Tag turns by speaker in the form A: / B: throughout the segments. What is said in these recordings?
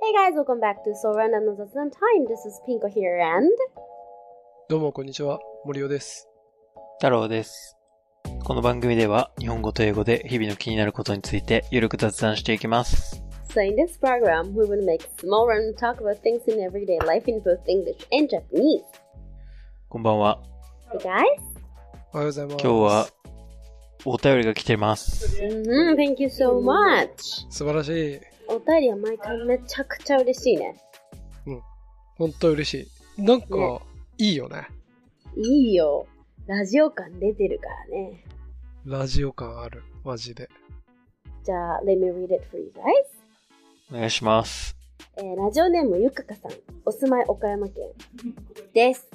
A: Hey guys, welcome back to So Random No Zatsudan Time. This is Pinko here and
B: どうも、こんにちは。森尾です。
C: 太郎です。この番組では日本語と英語で日々の気になることについてゆるく雑談していきます。
A: So in this program, we will make small random talk about things in everyday life in both English and Japanese.
C: こんばんは。
A: Hey guys.
B: おはようございます。
C: 今日はお便りが来てます。
A: Mm-hmm, thank you so much.
B: 素晴らしい。
A: お便りは毎回めちゃくちゃ嬉しいね。
B: 本当嬉しい。なんか、
A: ね
B: いいよね。
A: いいよ。ラジオ感出てるからね。
B: ラジオ感ある。マジで。
A: じゃあ、let me read it for you guys.
C: お願いします。
A: えーラジオネームゆかかさん、お住まい岡山県です。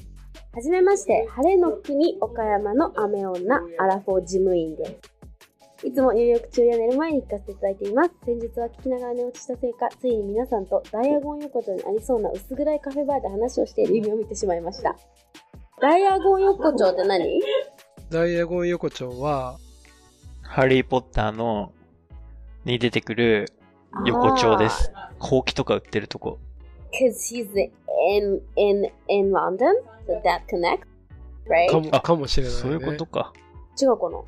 A: はじめまして、晴れの国岡山の雨女アラフォー事務員です。いつも入浴中や寝る前に聞かせていただいています。先日は聞きながら寝落ちしたせいか、ついに皆さんとダイアゴン横丁にありそうな薄暗いカフェバーで話をしている夢を見てしまいました。ダイアゴン横丁って何
B: ダイアゴン横丁は、
C: ハリーポッターのに出てくる横丁です。ほうきとか売ってるとこ。
A: Because he's in, in, in London, so that connects, right?
B: かも、
C: あ
B: かもしれない、ね。
C: そういうことか。
A: 違うかな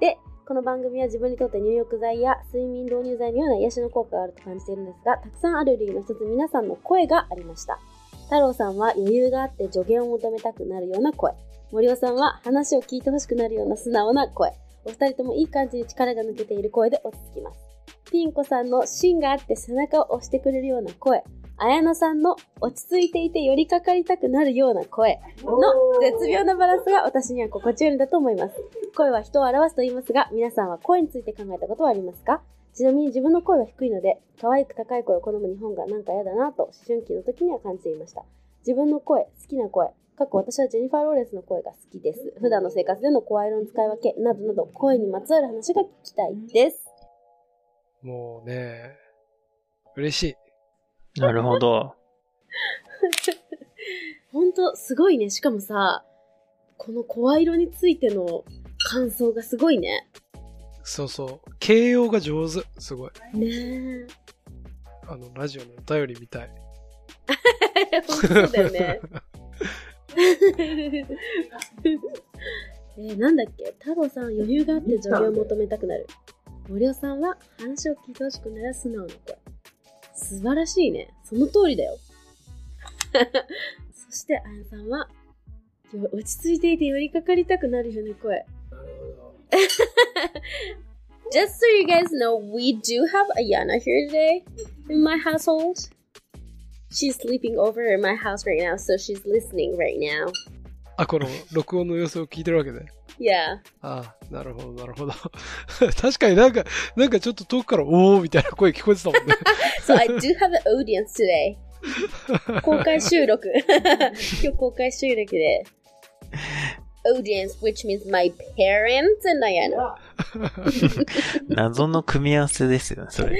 A: でこの番組は自分にとって入浴剤や睡眠導入剤のような癒しの効果があると感じているんですがたくさんある理由の一つ皆さんの声がありました太郎さんは余裕があって助言を求めたくなるような声森尾さんは話を聞いてほしくなるような素直な声お二人ともいい感じに力が抜けている声で落ち着きますピン子さんの芯があって背中を押してくれるような声綾乃さんの落ち着いていて寄りかかりたくなるような声の絶妙なバランスが私には心地よいのだと思います声は人を表すと言いますが皆さんは声について考えたことはありますかちなみに自分の声は低いので可愛く高い声を好む日本がなんか嫌だなと思春期の時には感じていました自分の声好きな声過去私はジェニファー・ローレンスの声が好きです普段の生活での声色の使い分けなどなど声にまつわる話が聞きたいです
B: もうね、嬉しい。
C: なるほど。
A: ほんとすごいねしかもさこの声色についての感想がすごいね
B: そうそう。形容が上手。すごい。
A: ね
B: あの、ラジオのお便りみたい。
A: えほんとそうだよねえ ーなんだっけ太郎さんは余裕があって助言を求めたくなる森尾さんは話を聞いてほしくなら素直な声素晴らしいねその通りだよ そしてあやさんはよ落ち着いていて寄りかかりたくなるような声 Just so you guys know, we do have Ayana here today in my household. She's sleeping over in my house right now, so she's listening right now.
B: あ、この、録音の様子を聞いてるわけで。
A: Yeah.
B: ああ、なるほど、なるほど。 確かになんか、なんかちょっと遠くから、おーみたいな声聞こえてたもんね。
A: So I do have an audience today. 公開収録。今日公開収録で。Audience, which means my parents and Diana.
C: 謎の組み合わせですよね、それ。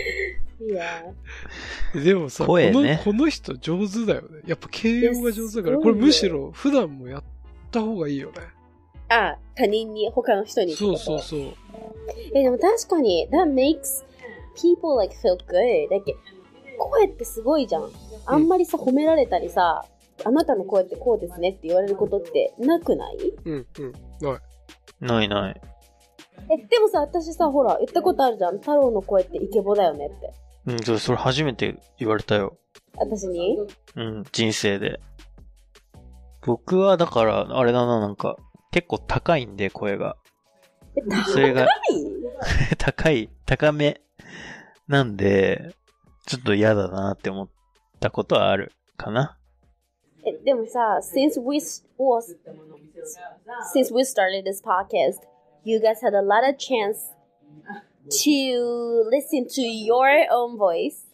A: Yeah.
B: でもさ、
C: 声ね
B: このこの人上手だよね。やっぱ形容が上手だか
A: い
B: ら、
A: やすごいよ
B: これむしろ普段もやった方がいいよね。
A: あ、他人に、他の人に。
B: そうそうそう。
A: え、でも確かに、that makes people like feel good. だっけ、声ってすごいじゃん。あんまりさ、褒められたりさ、あなたの声ってこうですねって言われることってなくない
B: うんうん。
C: ないない。
A: え、でもさ、私さ、ほら、言ったことあるじゃん。太郎の声ってイケボだよねって。
C: うん、それそれ初めて言われたよ。
A: 私に
C: うん、人生で。僕はだから、あれだな、なんか、結構高いんで、声が。
A: え、高
C: それが、
A: い
C: 高い、高め。なんで、ちょっと嫌だなって思ったことはあるかな。
A: え、でもさ、since we, s- was, since we started this podcast, you guys had a lot of chance to listen to your own voice.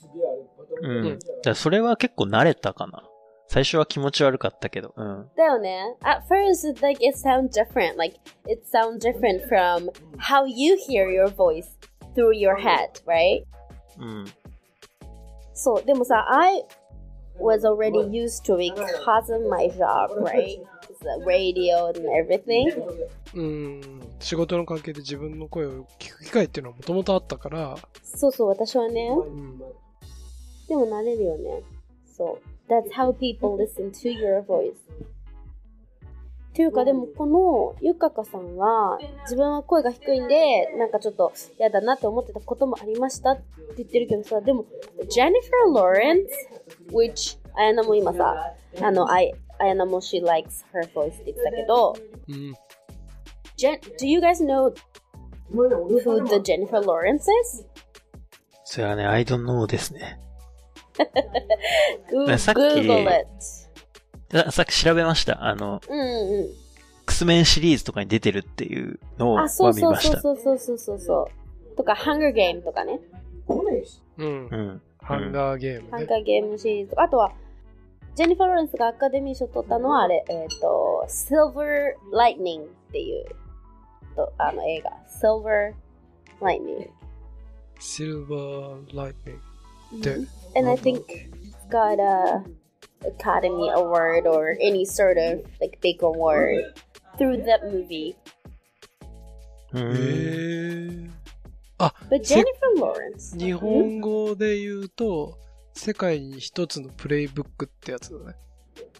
C: う
B: うん
C: ん。だからそれは結構慣れたかな。最初は気持ち悪かったけど、うん。
A: だよね。At first, it's like it sounds different. Like it sounds different from how you hear your voice through your head, right?
C: うん。
A: So, でもさ、I was already used to it because of my job, right? The radio and everything.
B: うん。仕事の関係で自分の声を聞く機会っていうのはもともとあったから、
A: そうそう、私はね。
B: うん。
A: でもなれるよね。そう。That's how people listen to your voice. というか、でもこのゆかかさんは自分は声が低いんでなんかちょっと嫌だなって思ってたこともありましたって言ってるけどさでも Jennifer Lawrence which あやなも今さあのあやなも she likes her voice って言ってたけど
B: うん。
A: Jen do you guys know who the Jennifer Lawrence is?
C: それはね、I don't know ですね。
A: Goo-
C: さっき
A: Google it
C: あさっき調べました。あの、
A: うんうん
C: クスメンシリーズとかに出てるっていうのを
A: あ、そう
C: は見
A: そう
C: まし
A: そう
C: た。
A: そうそうそうそうそう。とか、ハンガーゲームとかね。
B: うん
C: う。ん。
B: ハンガーゲーム
A: ハン
B: ね。
A: ガーゲームシリーズとか。あとは、ジェニファー・ローレンスがアカデミー賞取ったのは、あれ、えっ、と、Silver Lightning っていう、とあの映画。Silver Lightning。
B: シルバーライティングで、
A: And I think it's got a Academy Award or any sort of like big award through that movie.
B: え
C: うん。
B: ー、
A: But Jennifer Lawrence.
B: 日本語で言うと、世界に一つのプレイブックってやつだね。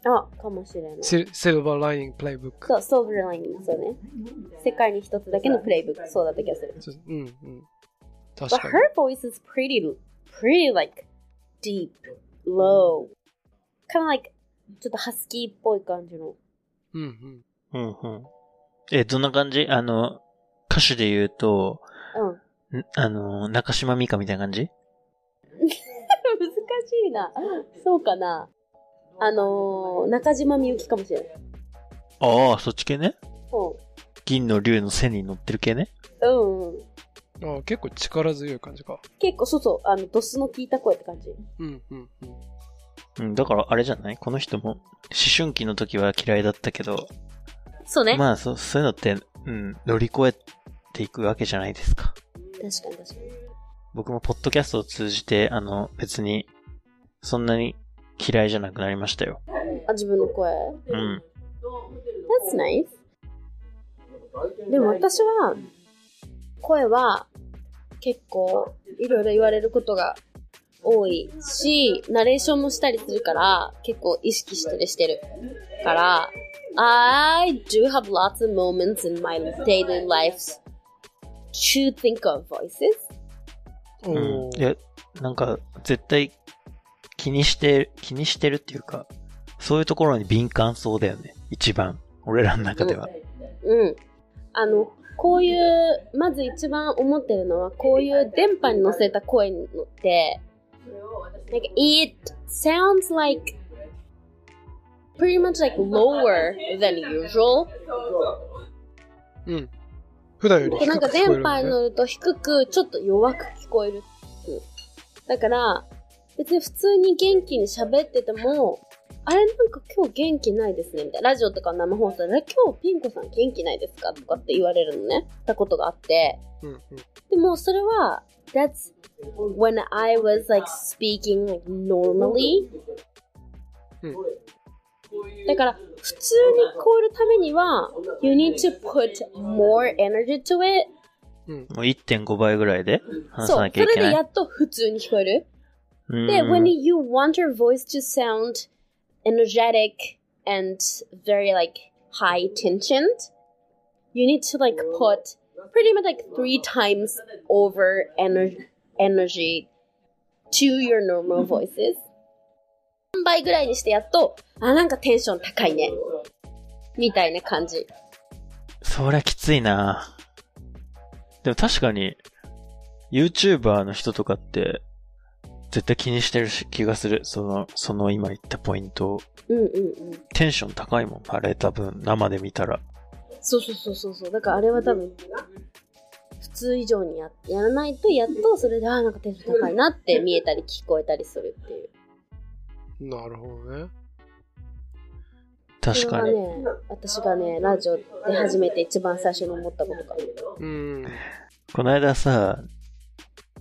A: あ、かもしれない。
B: シルシルバーライニングプレイブック。
A: そう、ソーブルライング、そうね。世界に一つだけのプレイブック、そうだった気がする。
B: そううんうん。確
A: But
B: か
A: her voice is pretty, pretty like deep, low. Kind of like, ちょっとハスキーっぽい感じの。
B: に。うんうん。
C: うんうん。え、どんな感じあの、歌手で言うと、
A: うん。
C: んあの、中島美嘉みたいな感じ
A: 難しいな。そうかな。あのー、中島みゆきかもしれない。
C: ああ、そっち系ね。
A: う
C: 銀の竜の背に乗ってる系ね。
A: ん。うん、うん。
B: あ結構力強い感じか。
A: 結構、そうそう、あの、ドスの効いた声って感じ。
B: うんうんうん。
C: うん、だからあれじゃないこの人も、思春期の時は嫌いだったけど、
A: そうね。
C: まあそ、そういうのって、うん、乗り越えていくわけじゃないですか。
A: 確かに確かに。
C: 僕もポッドキャストを通じて、あの、別に、そんなに嫌いじゃなくなりましたよ。
A: あ、自分の声
C: うん。
A: That's nice. でも私は声は結構いろいろ言われることが多いし、ナレーションもしたりするから結構意識したりしてるから、I do have lots of moments in my daily life to think of voices.
C: うん
B: お。
C: い
B: ー
C: や、なんか、絶対、気にして、気にしてるっていうか、そういうところに敏感そうだよね。一番。俺らの中では。
A: うん。あの、こういう、まず一番思ってるのは、こういう電波に乗せた声に乗って、なんか、it sounds like pretty much like lower than usual.
B: うん。普段より低
A: で、
B: く
A: なんか
B: 聞こえる
A: 電
B: ん
A: 波
B: だ
A: に
B: ね
A: 乗ると低く、ちょっと弱く聞こえる。だから、別に普通に元気に喋ってても、あれなんか今日元気ないですね、みたいな。ラジオとかの生放送で、あれ今日ピン子さん元気ないですかとかって言われるのね。たことがあって。
B: うんうん
A: でもそれは、That's when I was like speaking like normally.
B: うん
A: だから、普通に聞こえるためには、You need to put more energy to it.
C: もう1.5倍ぐらいで話さ
A: そう
C: な、き
A: そ
C: ゃい
A: れ
C: けな
A: で
C: い。
A: やっと普通に聞こえる。で、
C: うん
A: when you want your voice to sound energetic and very like high tensioned, you need to like put pretty much like three times over ener- energy to your normal
C: Mm-hmm.
A: voices. 3倍ぐらいにしてやっと、あ、なんかテンション高いね。みたいな感じ。
C: そりゃきついなでも確かに、YouTuber の人とかって、絶対気にしてるし気がする。その、その今言ったポイントを。
A: うんうんうん。
C: テンション高いもん、あれ多分、生で見たら。
A: そうそうそうそうそう。だからあれは多分、普通以上にややらないと、やっとそれで、ああ、なんかテンション高いなって見えたり聞こえたりするっていう。
B: なるほどね。
C: 確か
A: それ
C: に。
A: はね、私がね、ラジオで初めて一番最初に思ったことかも。
B: うん。
C: この間さ、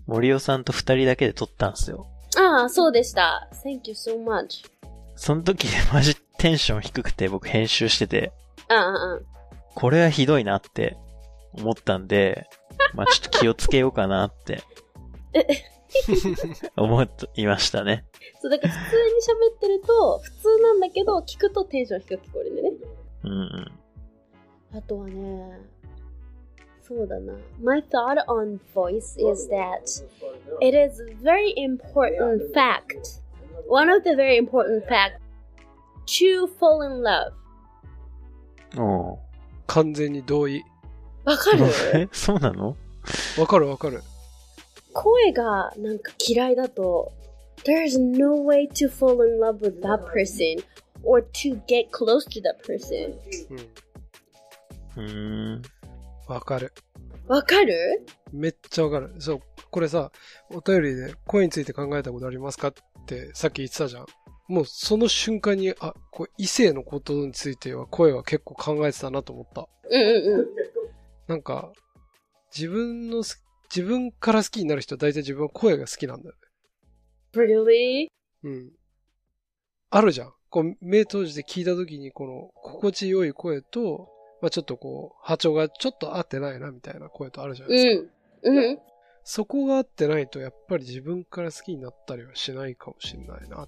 C: 森尾さんと二人だけで撮ったんすよ。
A: ああ、そうでした。Thank you so much.
C: その時、マジテンション低くて、僕編集してて、
A: ああ、ああ。
C: これはひどいなって思ったんで、まあちょっと気をつけようかなって。思っていましたね。
A: そう、だから普通に喋ってると、普通なんだけど、聞くとテンション低く聞こえるんでね。
C: うんうん。
A: あとはね、そうだな。My thought on voice is that it is very important fact. One of the very important fact to fall in love.
C: おう
B: 完全に同意。
A: わかる
C: え、そうなの
B: わかるわかる。
A: 声がなんか嫌いだと There's no way to fall in love with that person or to get close to that person
B: うん。
C: うーん。
B: わかる。
A: わかる
B: めっちゃわかる。そう。これさ、お便りで声について考えたことありますかってさっき言ってたじゃん。もうその瞬間に、あ、こう異性のことについては声は結構考えてたなと思った。
A: うんうんうん
B: なんか、自分のす、自分から好きになる人は大体自分は声が好きなんだよね。
A: Really?
B: うん。あるじゃん。こう、目閉じて聞いた時に、この、心地よい声と、まあちょっとこう、波長がちょっと合ってないな、みたいな声とあるじゃないですか。
A: うんうん
B: そこが合ってないと、やっぱり自分から好きになったりはしないかもしれないな。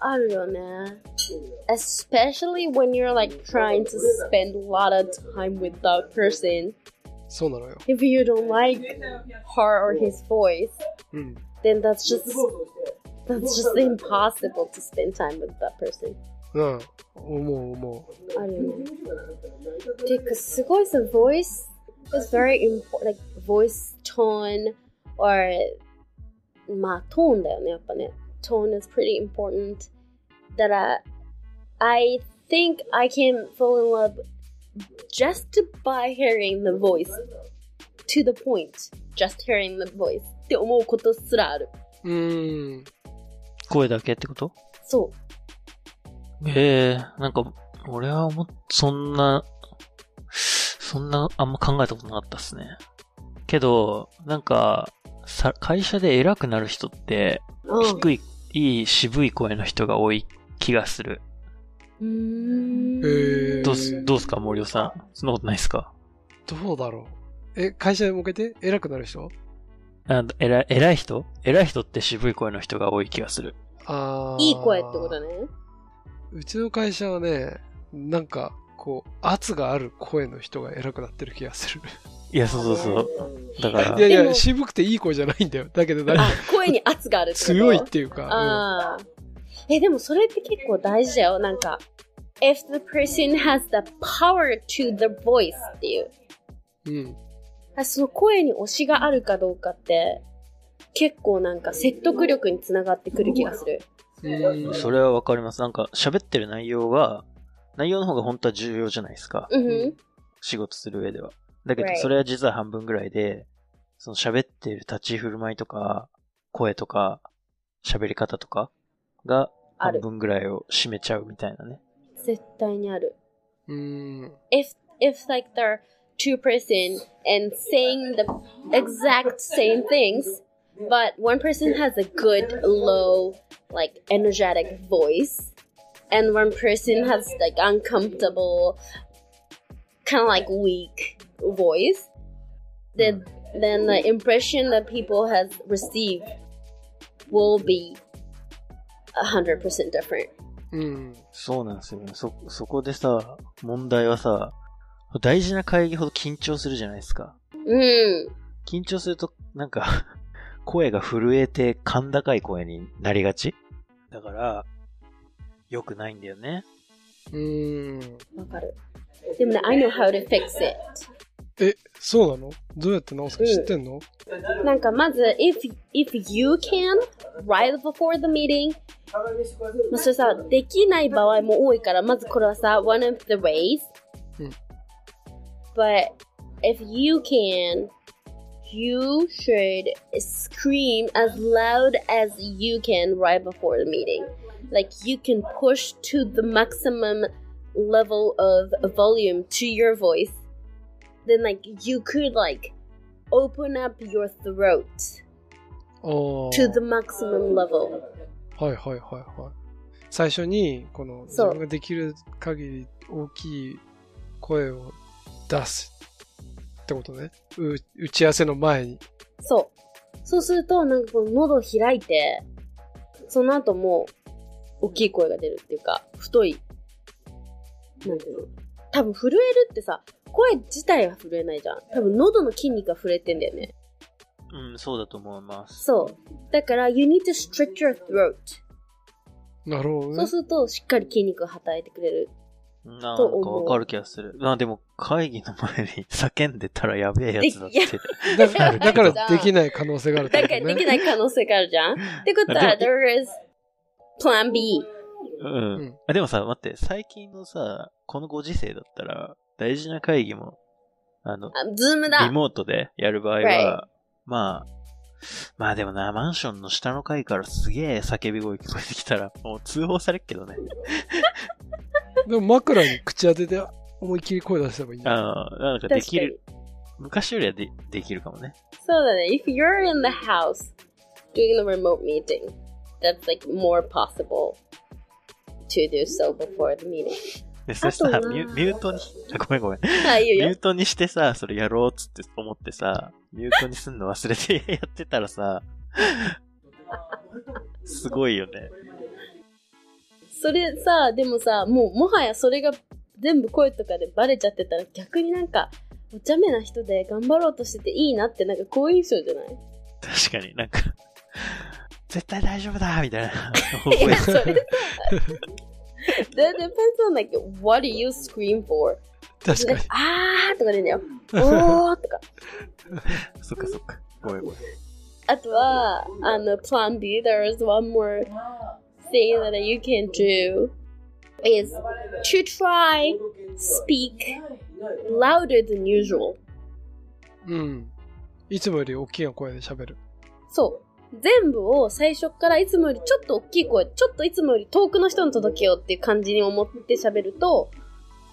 A: あるよね Especially when you're like trying to spend a lot of time with that person
B: そうなのよ。
A: If you don't like her or his voice
B: うん。
A: then that's just that's just impossible to spend time with that person
B: うん。思う思う。
A: あるよね。ていうかすごいさ、voice is very important, like voice tone or まあトーンだよね、やっぱね。tone is pretty important. だから、I think I can fall in love just by hearing the voice to the point. Just hearing the voice って思うことすらある。
B: うーん。
C: 声だけってこと
A: そう。
C: ええなんか、俺はもう、そんな、そんな、あんま考えたことなかったっすね。けど、なんか、さ、会社で偉くなる人って、
A: うん
C: 低い、いい渋い声の人が多い気がする。
A: うーん
B: えー
C: どうす、どうすか、森尾さん。そんなことないっすか
B: どうだろう。え、会社に向けて偉くなる人
C: あ偉い、偉い人偉い人って渋い声の人が多い気がする。
B: あー
A: いい声ってことね。
B: うちの会社はね、なんか、こう、圧がある声の人が偉くなってる気がする。
C: いや、そうそうそう。だから
B: い、やい
A: で
B: や、
A: も
B: 渋くていい声じゃないんだよ。だけど、なん
A: あ
B: か、
A: 声に圧があるってこと
B: 強いっていうか、
A: ああ。え、でもそれって結構大事だよ。なんか、if the person has the power to the voice っていう。
B: うん。うん
A: あその声に推しがあるかどうかって、結構なんか説得力につながってくる気がする。
B: うん
C: それはわかります。なんか、喋ってる内容が、内容の方が本当は重要じゃないですか。
A: うんふん。
C: 仕事する上では。だけど、
A: Right.
C: それは実は半分ぐらいで、その喋ってる立ち振る舞いとか、声とか、喋り方とかが、
A: あ
C: 半
A: る。
C: 分ぐらいを占めちゃうみたいなね。
A: 絶対にある。
B: うん。
A: if if like they're two person and saying the exact same things but one person has a good low like energetic voice and one person has like uncomfortable kind of like weak voice then then the impression that people has received will be 100% different
B: うん。
C: そうなんですよね。そ、そこでさ、問題はさ、大事な会議ほど緊張するじゃないですか。
A: うん
C: 緊張すると、なんか、 声が震えて、甲高い声になりがちだから、良くないんだよね。
B: うん。
A: わかる。でもね、I know how to fix it
B: え、そうなのどうやって直すか知ってんの
A: なんかまず、if, if you can, right before the meeting, まあそれさ、できない場合も多いから、まずこれはさ、one of the ways.
B: うん
A: But if you can, you should scream as loud as you can right before the meeting. Like you can push to the maximum level of volume to your voice. Then like you could like open up your throat
B: あー
A: to the maximum level.
B: はいはいはいはい。最初に、この、自
A: そう
B: 分ができる限り大きい声を出すってことね。う打ち合わせの前に。
A: そう。そうすると、なんかこの喉開いて、その後もう、大きい声が出るっていうか、太い、なんていうの。多分震えるってさ、声自体は震えないじゃん。多分喉の筋肉が震えてんだよね。
C: うん、そうだと思います。
A: そう。だから、you need to stretch your throat.
B: なるほど
A: そう
B: ね。
A: すると、しっかり筋肉が働いてくれる。
C: なんか
A: と思う
C: わかる気がする。まあでも、会議の前に叫んでたらやべえやつだって
A: いや。
B: だ から、だから
A: だから
B: できない可能性があるって
A: だ
B: こ
A: から
B: と
A: でき
B: ね。
A: ない可能性があるじゃん。ってことは、
C: で
A: there is plan B.
C: うん。
B: うん
C: あでもさ、待って、最近のさ、このご時世だったら、大事な会議も、あの、
A: あズームだ
C: リ。モートでやる場合は、まあ、まあでもな、マンションの下の階からすげえ叫び声聞こえてきたら、もう通報されっけどね。
B: でも枕に口当てて思いっきり声出せばいいんだ。
C: ああ、なん
A: 確か
C: かで
A: に
C: きる。昔よりはでできるかもね。
A: そうだね。If you're in the house doing the remote meeting, that's like more possible to do so before the meeting.
C: で、そしたら
A: あとは
C: ミュミュートに、あごめんごめん。
A: あ、いい
C: ミ
A: よ
C: ュー。トにしてさ、それやろうっつって思ってさ、ミュートにすんの忘れて やってたらさ、すごいよね。
A: それさ、でもさ、もうもはやそれが全部声とかでバレちゃってたら逆になんか、お茶目な人で頑張ろうとしてていいなってなんか好印象じゃない
C: 確かになんか、絶対大丈夫だみたいな。覚
A: い
C: え
A: や、それさ、that depends on like, what do you scream for?
B: 確かに。
A: あーとか出るんだよ。おーとか。
C: そっかそっか。ごめんごめん。
A: あとは、あの、plan B, there is one more thing that you can do is to try speak louder than usual.
B: うん。いつもより大きな声で喋る。
A: そう。全部を最初からいつもよりちょっと大きい声、ちょっといつもより遠くの人に届けようっていう感じに思って喋ると、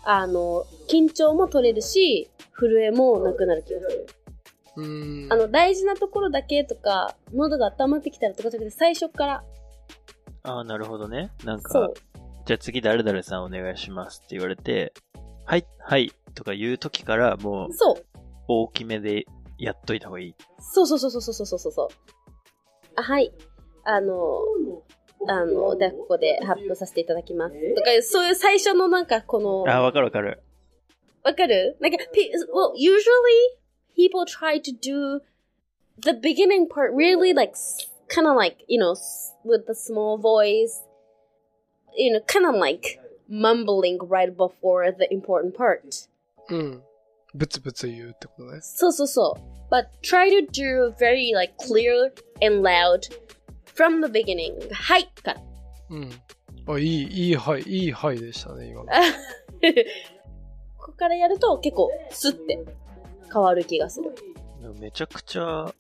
A: あの、緊張も取れるし、震えもなくなる気がする。
B: うーん
A: あ。の、大事なところだけとか、喉が温まってきたらとかじゃなくて、最初から、
C: ああ、なるほどね。なん
A: そ
C: か
A: う、、
C: じゃあ次誰々さんお願いしますって言われて、はい、はい、とか言う時からもう
A: そう、
C: 大きめでやっといた方がいい。
A: そうそうそうそうそうそうそうそう。あ、はい。あの、あの、ではここで発表させていただきます。とか、そういう最初のなんかこの、
C: ああ、
A: わ
C: わかるわかる。
A: かるなんか、pe- well, usually people try to do the beginning part really like, kind of like, you know, s- with the small voice, you know, kind of like mumbling right before the important part.
B: うん。ブツブツ言うってことね。
A: So so so. But try to do very like clear and loud from the beginning. はいから。
B: うん。あ、いい、いいはい、いいはいでしたね、今の。
A: ここからやると結構スッて変わる気がする。
C: めちゃくちゃ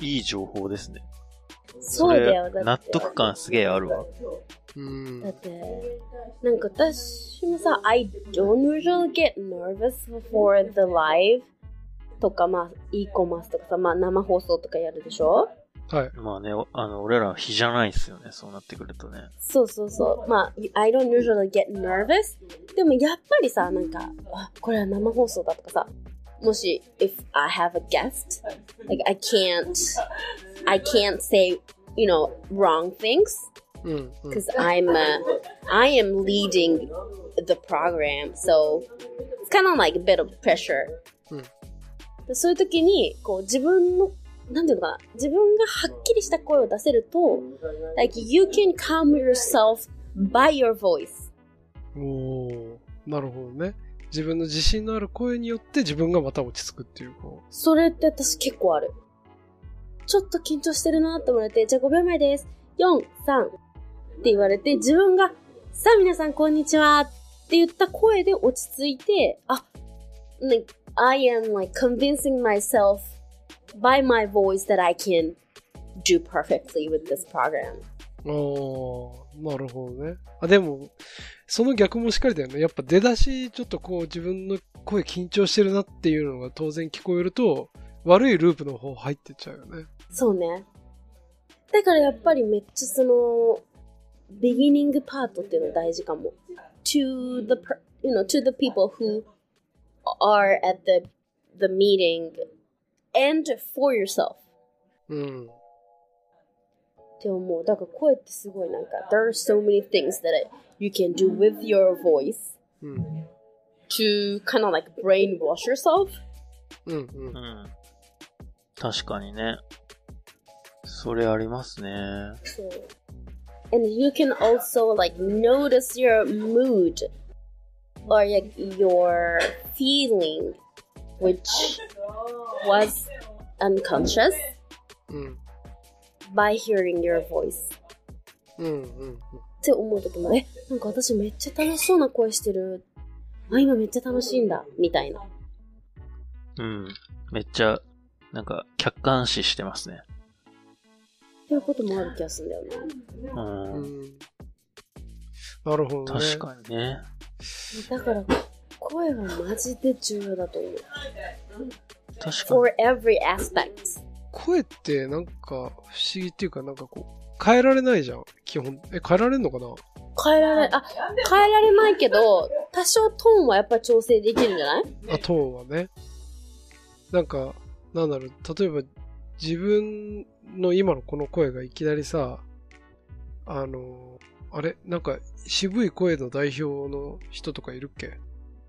C: いい情報ですね。
A: そうだよ。だ
C: それ
A: って
C: 納得感すげえあるわ。
B: うん
A: だ。って、なんか私もさ、I don't usually get nervous before the live とか、まあ、e コマースとかさ、まあ、生放送とかやるでしょ
B: はい。
C: まあね、おあの、俺らは日じゃないっすよね。そうなってくるとね。
A: そうそうそう。まあ、I don't usually get nervous. でもやっぱりさ、なんか、あ、これは生放送だとかさ、もし、if I have a guest, like I can't, I can't say, you know, wrong things,
B: うん。うん
A: because I'm, uh, I am leading the program, so it's kind of like a bit of pressure.
B: うん
A: でそういう時に、こう自分の、なんていうのかな、自分がはっきりした声を出せると、like you can calm yourself by your voice.
B: おーなるほどね。自分の自信のある声によって自分がまた落ち着くっていう、こ
A: それって私結構ある。ちょっと緊張してるなって思われて、じゃあ5秒前です。4、3って言われて、自分が、さあ皆さんこんにちはって言った声で落ち着いて、あ、like, I am like convincing myself by my voice that I can do perfectly with this program.
B: う。おーなるほどね。あ、でも、その逆もしっかりだよね。やっぱ出だし、ちょっとこう自分の声緊張してるなっていうのが当然聞こえると、悪いループの方入ってっちゃうよね。
A: そうね。だからやっぱりめっちゃその、ビギニングパートっていうの大事かも。to the, per- you know, to the people who are at the, the meeting and for yourself.
B: ううん。
A: って思う。だから声ってすごいなんか、There are so many things that you can do with your voice
B: うん。
A: to kind of like brainwash yourself.
B: うん。
C: う。
B: うん
C: 確かにね。それありますね。
A: So, and you can also like notice your mood or like your feeling, which was unconscious
B: ん。うん。
A: by hearing your voice.
B: うん。うん。
A: って思う時も、え、なんか私めっちゃ楽しそうな声してる。あ、今めっちゃ楽しいんだ。みたいな。
C: うん。めっちゃ、なんか、客観視してますね。
A: っていうこともある気がするんだよな。
C: うん。
B: うん。なるほどね。
C: 確かにね。
A: だから、声はマジで重要だと思う。
C: 確かに。
A: For every aspect.
B: 声ってなんか不思議っていうかなんかこう変えられないじゃん基本え変えられんのかな
A: 変えられ、あ、変えられないけど、多少トーンはやっぱり調整できるんじゃない
B: あトーンはねなんかなんだろう例えば自分の今のこの声がいきなりさあのあれなんか渋い声の代表の人とかいるっけ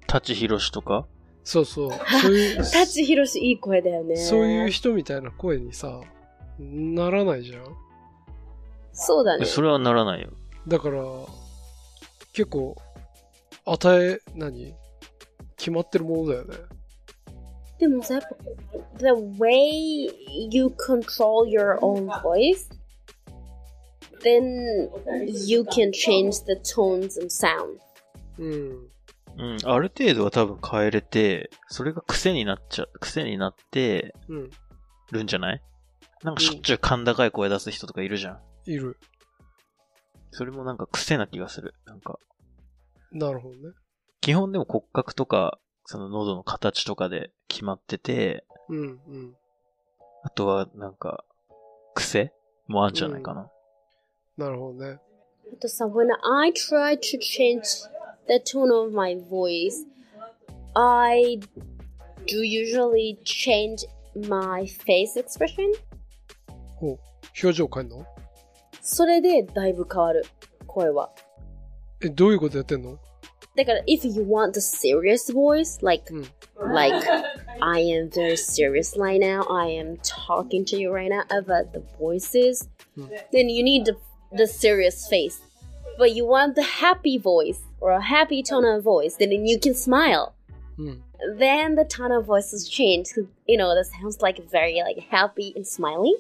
C: 舘ひろしとか
B: そうそうそういう
A: タチヒロシいい声だよね。
B: そういう人みたいな声にさならないじゃん
A: そうだ
C: え
A: ね。
C: それはならないよ。
B: だから、結構、与え、何決まってるものだよね。
A: でもさ、やっぱ、the way you control your own voice, then you can change the tones and sound.
B: うん。
C: うん。ある程度は多分変えれて、それが癖になっちゃ、癖になって
B: うん。
C: るんじゃないなんかしょっちゅう甲高い声出す人とかいるじゃん。
B: いる。
C: それもなんか癖な気がする。なんか、
B: なるほどね。
C: 基本でも骨格とか、その喉の形とかで決まってて、
B: うん、うん。
C: あとはなんか、癖もあるんじゃないかな。
B: なるほどね。
A: あとさ、when I try to change the tone of my voice, I do usually change my face expression.
B: ほう。表情変えんの
A: それでだいぶ変わる、声は。
B: え、どういうことやってんの
A: だから、if you want the serious voice, like,
B: うん。
A: like, I am very serious right now, I am talking to you right now about the voices,
B: うん
A: then you need the, the serious face. But you want the happy voice or a happy tone of voice, then you can smile.
B: うん。
A: Then the tone of voice is changed. You know, that sounds like very like happy and smiling.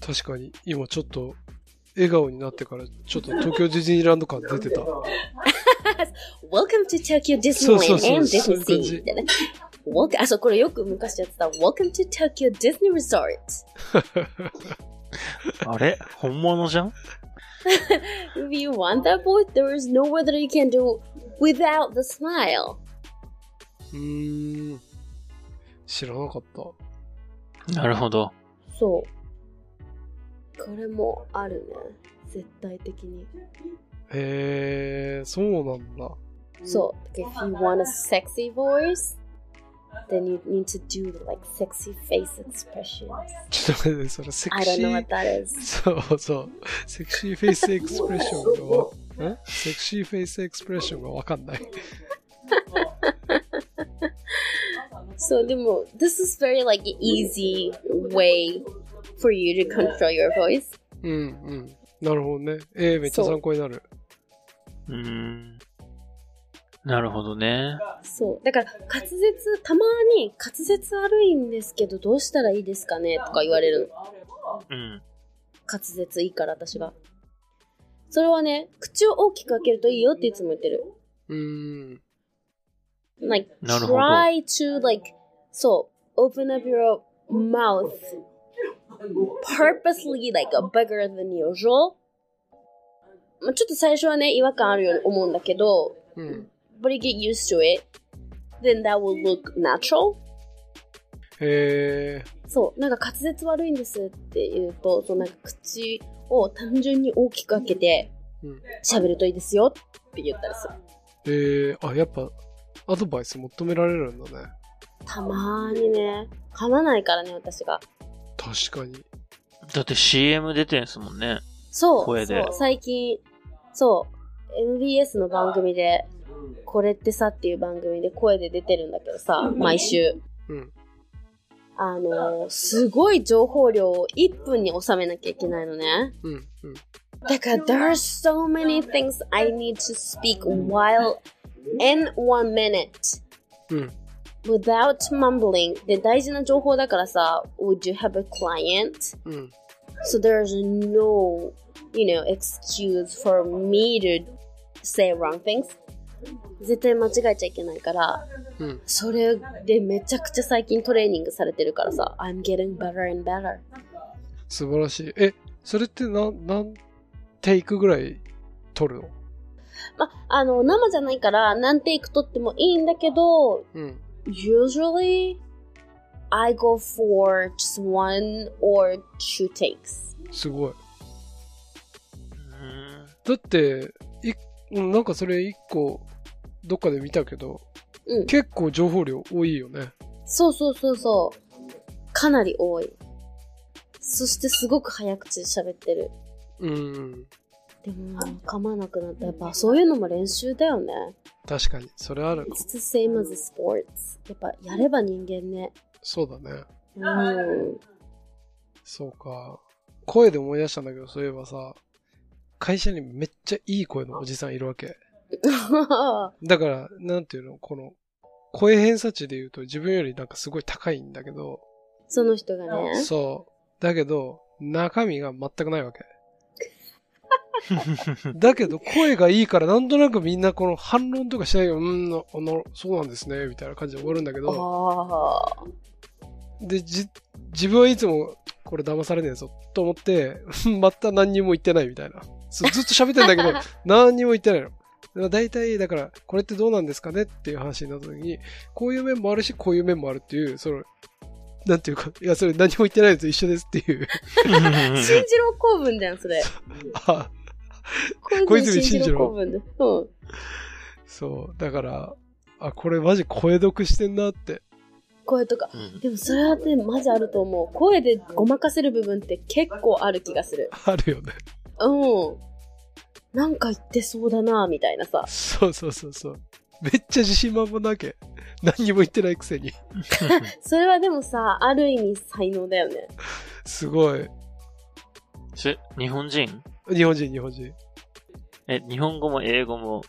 B: 確かに、今ちょっと、笑顔になってから、ちょっと東京ディズニーランド感出 てた。
A: Welcome to Tokyo
B: そうそう
A: Disneyland
B: そう
A: and
B: そう
A: Disney
B: いう感
A: Sea.
B: じ
A: みたいな Welcome- あ、そう、これよく昔やってた。Welcome to Tokyo Disney Resort.
C: あれ本物じゃん
A: If you want that voice, there is no way that you can do without the smile.
B: うーん。知らなかった。
C: なるほど。
A: そう。これもあるね。絶対的に。
B: へえ、そうなんだ。
A: そう。If you want a sexy voice, then you need to do like sexy face expressions.
B: ちょっと待って、それセク
A: I
B: シ
A: don't know
B: ー
A: what。that is.
B: そうそう。セクシーフェイスエクスプレッションがわ、んセクシーフェイスエクスプレッションがわかんない。
A: So, でも、this is very like easy way for you to control your voice.
B: うんうん。なるほどね。えー、めっちゃ参考になる。
C: うーん。なるほどね。
A: そう。だから、滑舌、たまに滑舌悪いんですけど、どうしたらいいですかねとか言われるの。
C: うん。
A: 滑舌いいから、私が。それはね、口を大きく開けるといいよっていつも言ってる。
B: うーん。
A: Like,
C: なるほど
A: try to, like, そう、open up your mouth purposely, like, bigger than usual. まあちょっと最初はね、違和感あるように思うんだけど、
B: うん。
A: but you get used to it, then that will look natural.
B: へえ。
A: そう、なんか滑舌悪いんですって言うと、そうなんか口を単純に大きく開けて
B: うん、
A: 喋るといいですよって言ったりする。
B: えー、あ、やっぱ、アドバイス求められるんだね。
A: たまーにね、噛まないからね、私が。
B: 確かに。
C: だって CM 出てんすもんね。
A: そう。
C: 声で
A: そう最近、そう。MBS の番組で、これってさっていう番組で声で出てるんだけどさ、毎週。
B: うん。
A: あのーすごい情報量を1分に収めなきゃいけないのね。
B: うん。うん。
A: だから、there are so many things I need to speak while in one minute
B: うん。
A: without mumbling. で、大事な情報だからさ、would you have a client?
B: うん。
A: So there's no, you know, excuse for me to say wrong things. 絶対間違えちゃいけないから、
B: うん。
A: それでめちゃくちゃ最近トレーニングされてるからさ、I'm getting better and better.
B: 素晴らしい。え、それってなん、なん、テイクぐらい撮るの
A: ま、あの、生じゃないから何テイク取ってもいいんだけど、
B: うん。
A: usually I go for just one or two takes.
B: すごい。
C: うん。
B: だって、い、うんなんかそれ一個、どっかで見たけど、
A: うん
B: 結構情報量多いよね。
A: そうそうそうそう。かなり多い。そしてすごく早口で喋ってる。
B: うん。
A: でも噛まなくなった。やっぱそういうのも練習だよね。
B: 確かに。それある。
A: It's the same as sports. やっぱやれば人間ね。
B: そうだね。
A: うん。
B: そうか。声で思い出したんだけど、そういえばさ、会社にめっちゃいい声のおじさんいるわけ。だから、なんていうの、この、声偏差値で言うと自分よりなんかすごい高いんだけど、
A: その人がね。
B: そう。だけど、中身が全くないわけ。だけど、声がいいから、なんとなくみんなこの反論とかしないよ。うーん、あの、そうなんですね、みたいな感じで終わるんだけ
A: あ
B: ど、
A: あ。
B: で、じ、自分はいつも、これ騙されねえぞ、と思って、 また何にも言ってないみたいな。そうずっと 喋ってんだけど、何にも言ってないの。だ大体、だから、これってどうなんですかねっていう話になった時に、こういう面もあるし、こういう面もあるっていう、その、なんていうか、いや、それ何も言ってないのと一緒ですっていう。
A: 新次郎公文じゃん、 それ。
B: あ
A: 小泉進次郎公文だ。うん。
B: そう。だから、あ、これマジ声読してんなって。
A: 声とか。
C: うん
A: でもそれはね、マジあると思う。声でごまかせる部分って結構ある気がする。
B: あるよね。
A: うん。なんか言ってそうだな、みたいなさ。
B: そうそうそうそう。めっちゃ自信満々なわけ。何にも言ってないくせに。
A: それはでもさ、ある意味才能だよね。
B: すごい。
C: それ日本人
B: 日本人、日本人。
C: え、日本語も英語も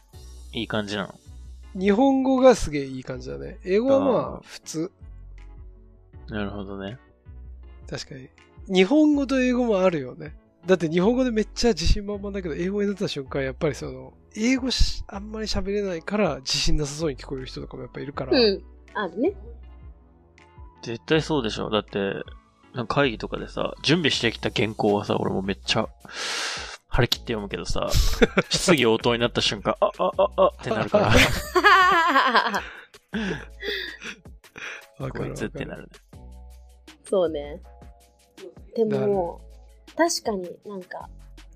C: いい感じなの
B: 日本語がすげえいい感じだね。英語はま
C: あ
B: あ、普通。
C: なるほどね。
B: 確かに。日本語と英語もあるよね。だって日本語でめっちゃ自信満々だけど、英語になった瞬間、やっぱりその、英語しあんまり喋れないから、自信なさそうに聞こえる人とかもやっぱいるから。
A: うん。あ るね。
C: 絶対そうでしょ。だって、なんか会議とかでさ、準備してきた原稿はさ、俺もめっちゃ、張り切って読むけどさ、質疑応答になった瞬間、あ、あ、あ、あってな るから、
B: わか
C: こ
B: る
C: い
B: わ
C: つ
B: か
C: ってな
B: る。
C: るね。
A: そうね。で
B: なる
A: も、確かになんか、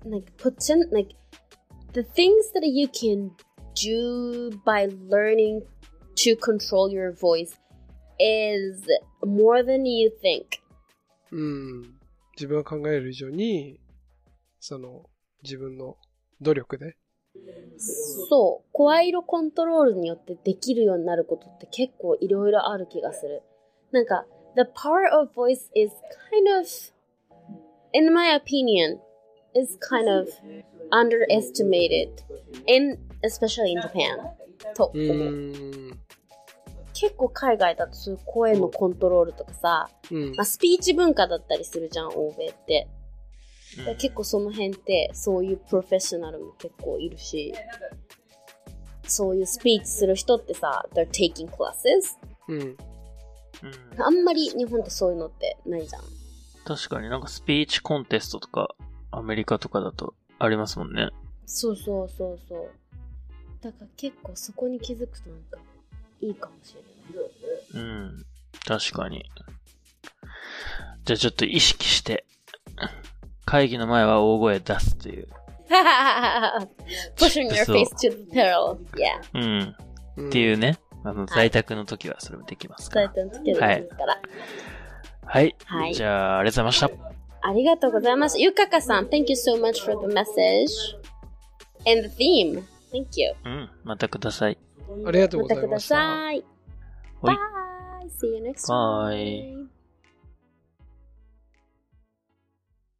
A: なんか、ポチン、like, the things that you can do by learning to control your voice is more than you think.
B: うん。自分が考える以上に、その、自分の努力で。
A: そう、声色コントロールによってできるようになることって結構いろいろある気がする。なんか、the power of voice is kind of, in my opinion, is kind of underestimated, in, especially in Japan. と
B: う
A: 思う。
B: ーん。
A: 結構海外だとそういう声のコントロールとかさ、
B: うん
A: まあ、。スピーチ文化だったりするじゃん欧米ってだから
C: うん
A: 結構その辺ってそういうプロフェッショナルも結構いるしそういうスピーチする人ってさ they're taking classes
B: うん。
C: うん
A: あんまり日本ってそういうのってないじゃん
C: 確かになんかスピーチコンテストとか、アメリカとかだとありますもんね。
A: そうそうそうそうだから結構そこに気づくとなんかいいかもし れない
C: うん。確かに。じゃあちょっと意識して、会議の前は大声出すという。
A: Pushing your face to the peril yeah
C: うん。
B: うん
C: っていうね。あの、
A: い
C: 在宅の時はそれもできますか
A: 伝え
C: ら。
A: ての時はできるから、
C: はい。
A: はい
C: じゃあ、ありがとうございました。
A: ありがとうございます。ゆかかさん、Thank you so much for the message and the theme. Thank you.
C: うん、またください。
B: ありがとう
A: ま
B: ご
A: た
B: ざい
A: く
B: ま
A: だ
B: した。
A: さい。
C: は
A: Bye.
C: い
A: See you next
C: Bye.
A: time.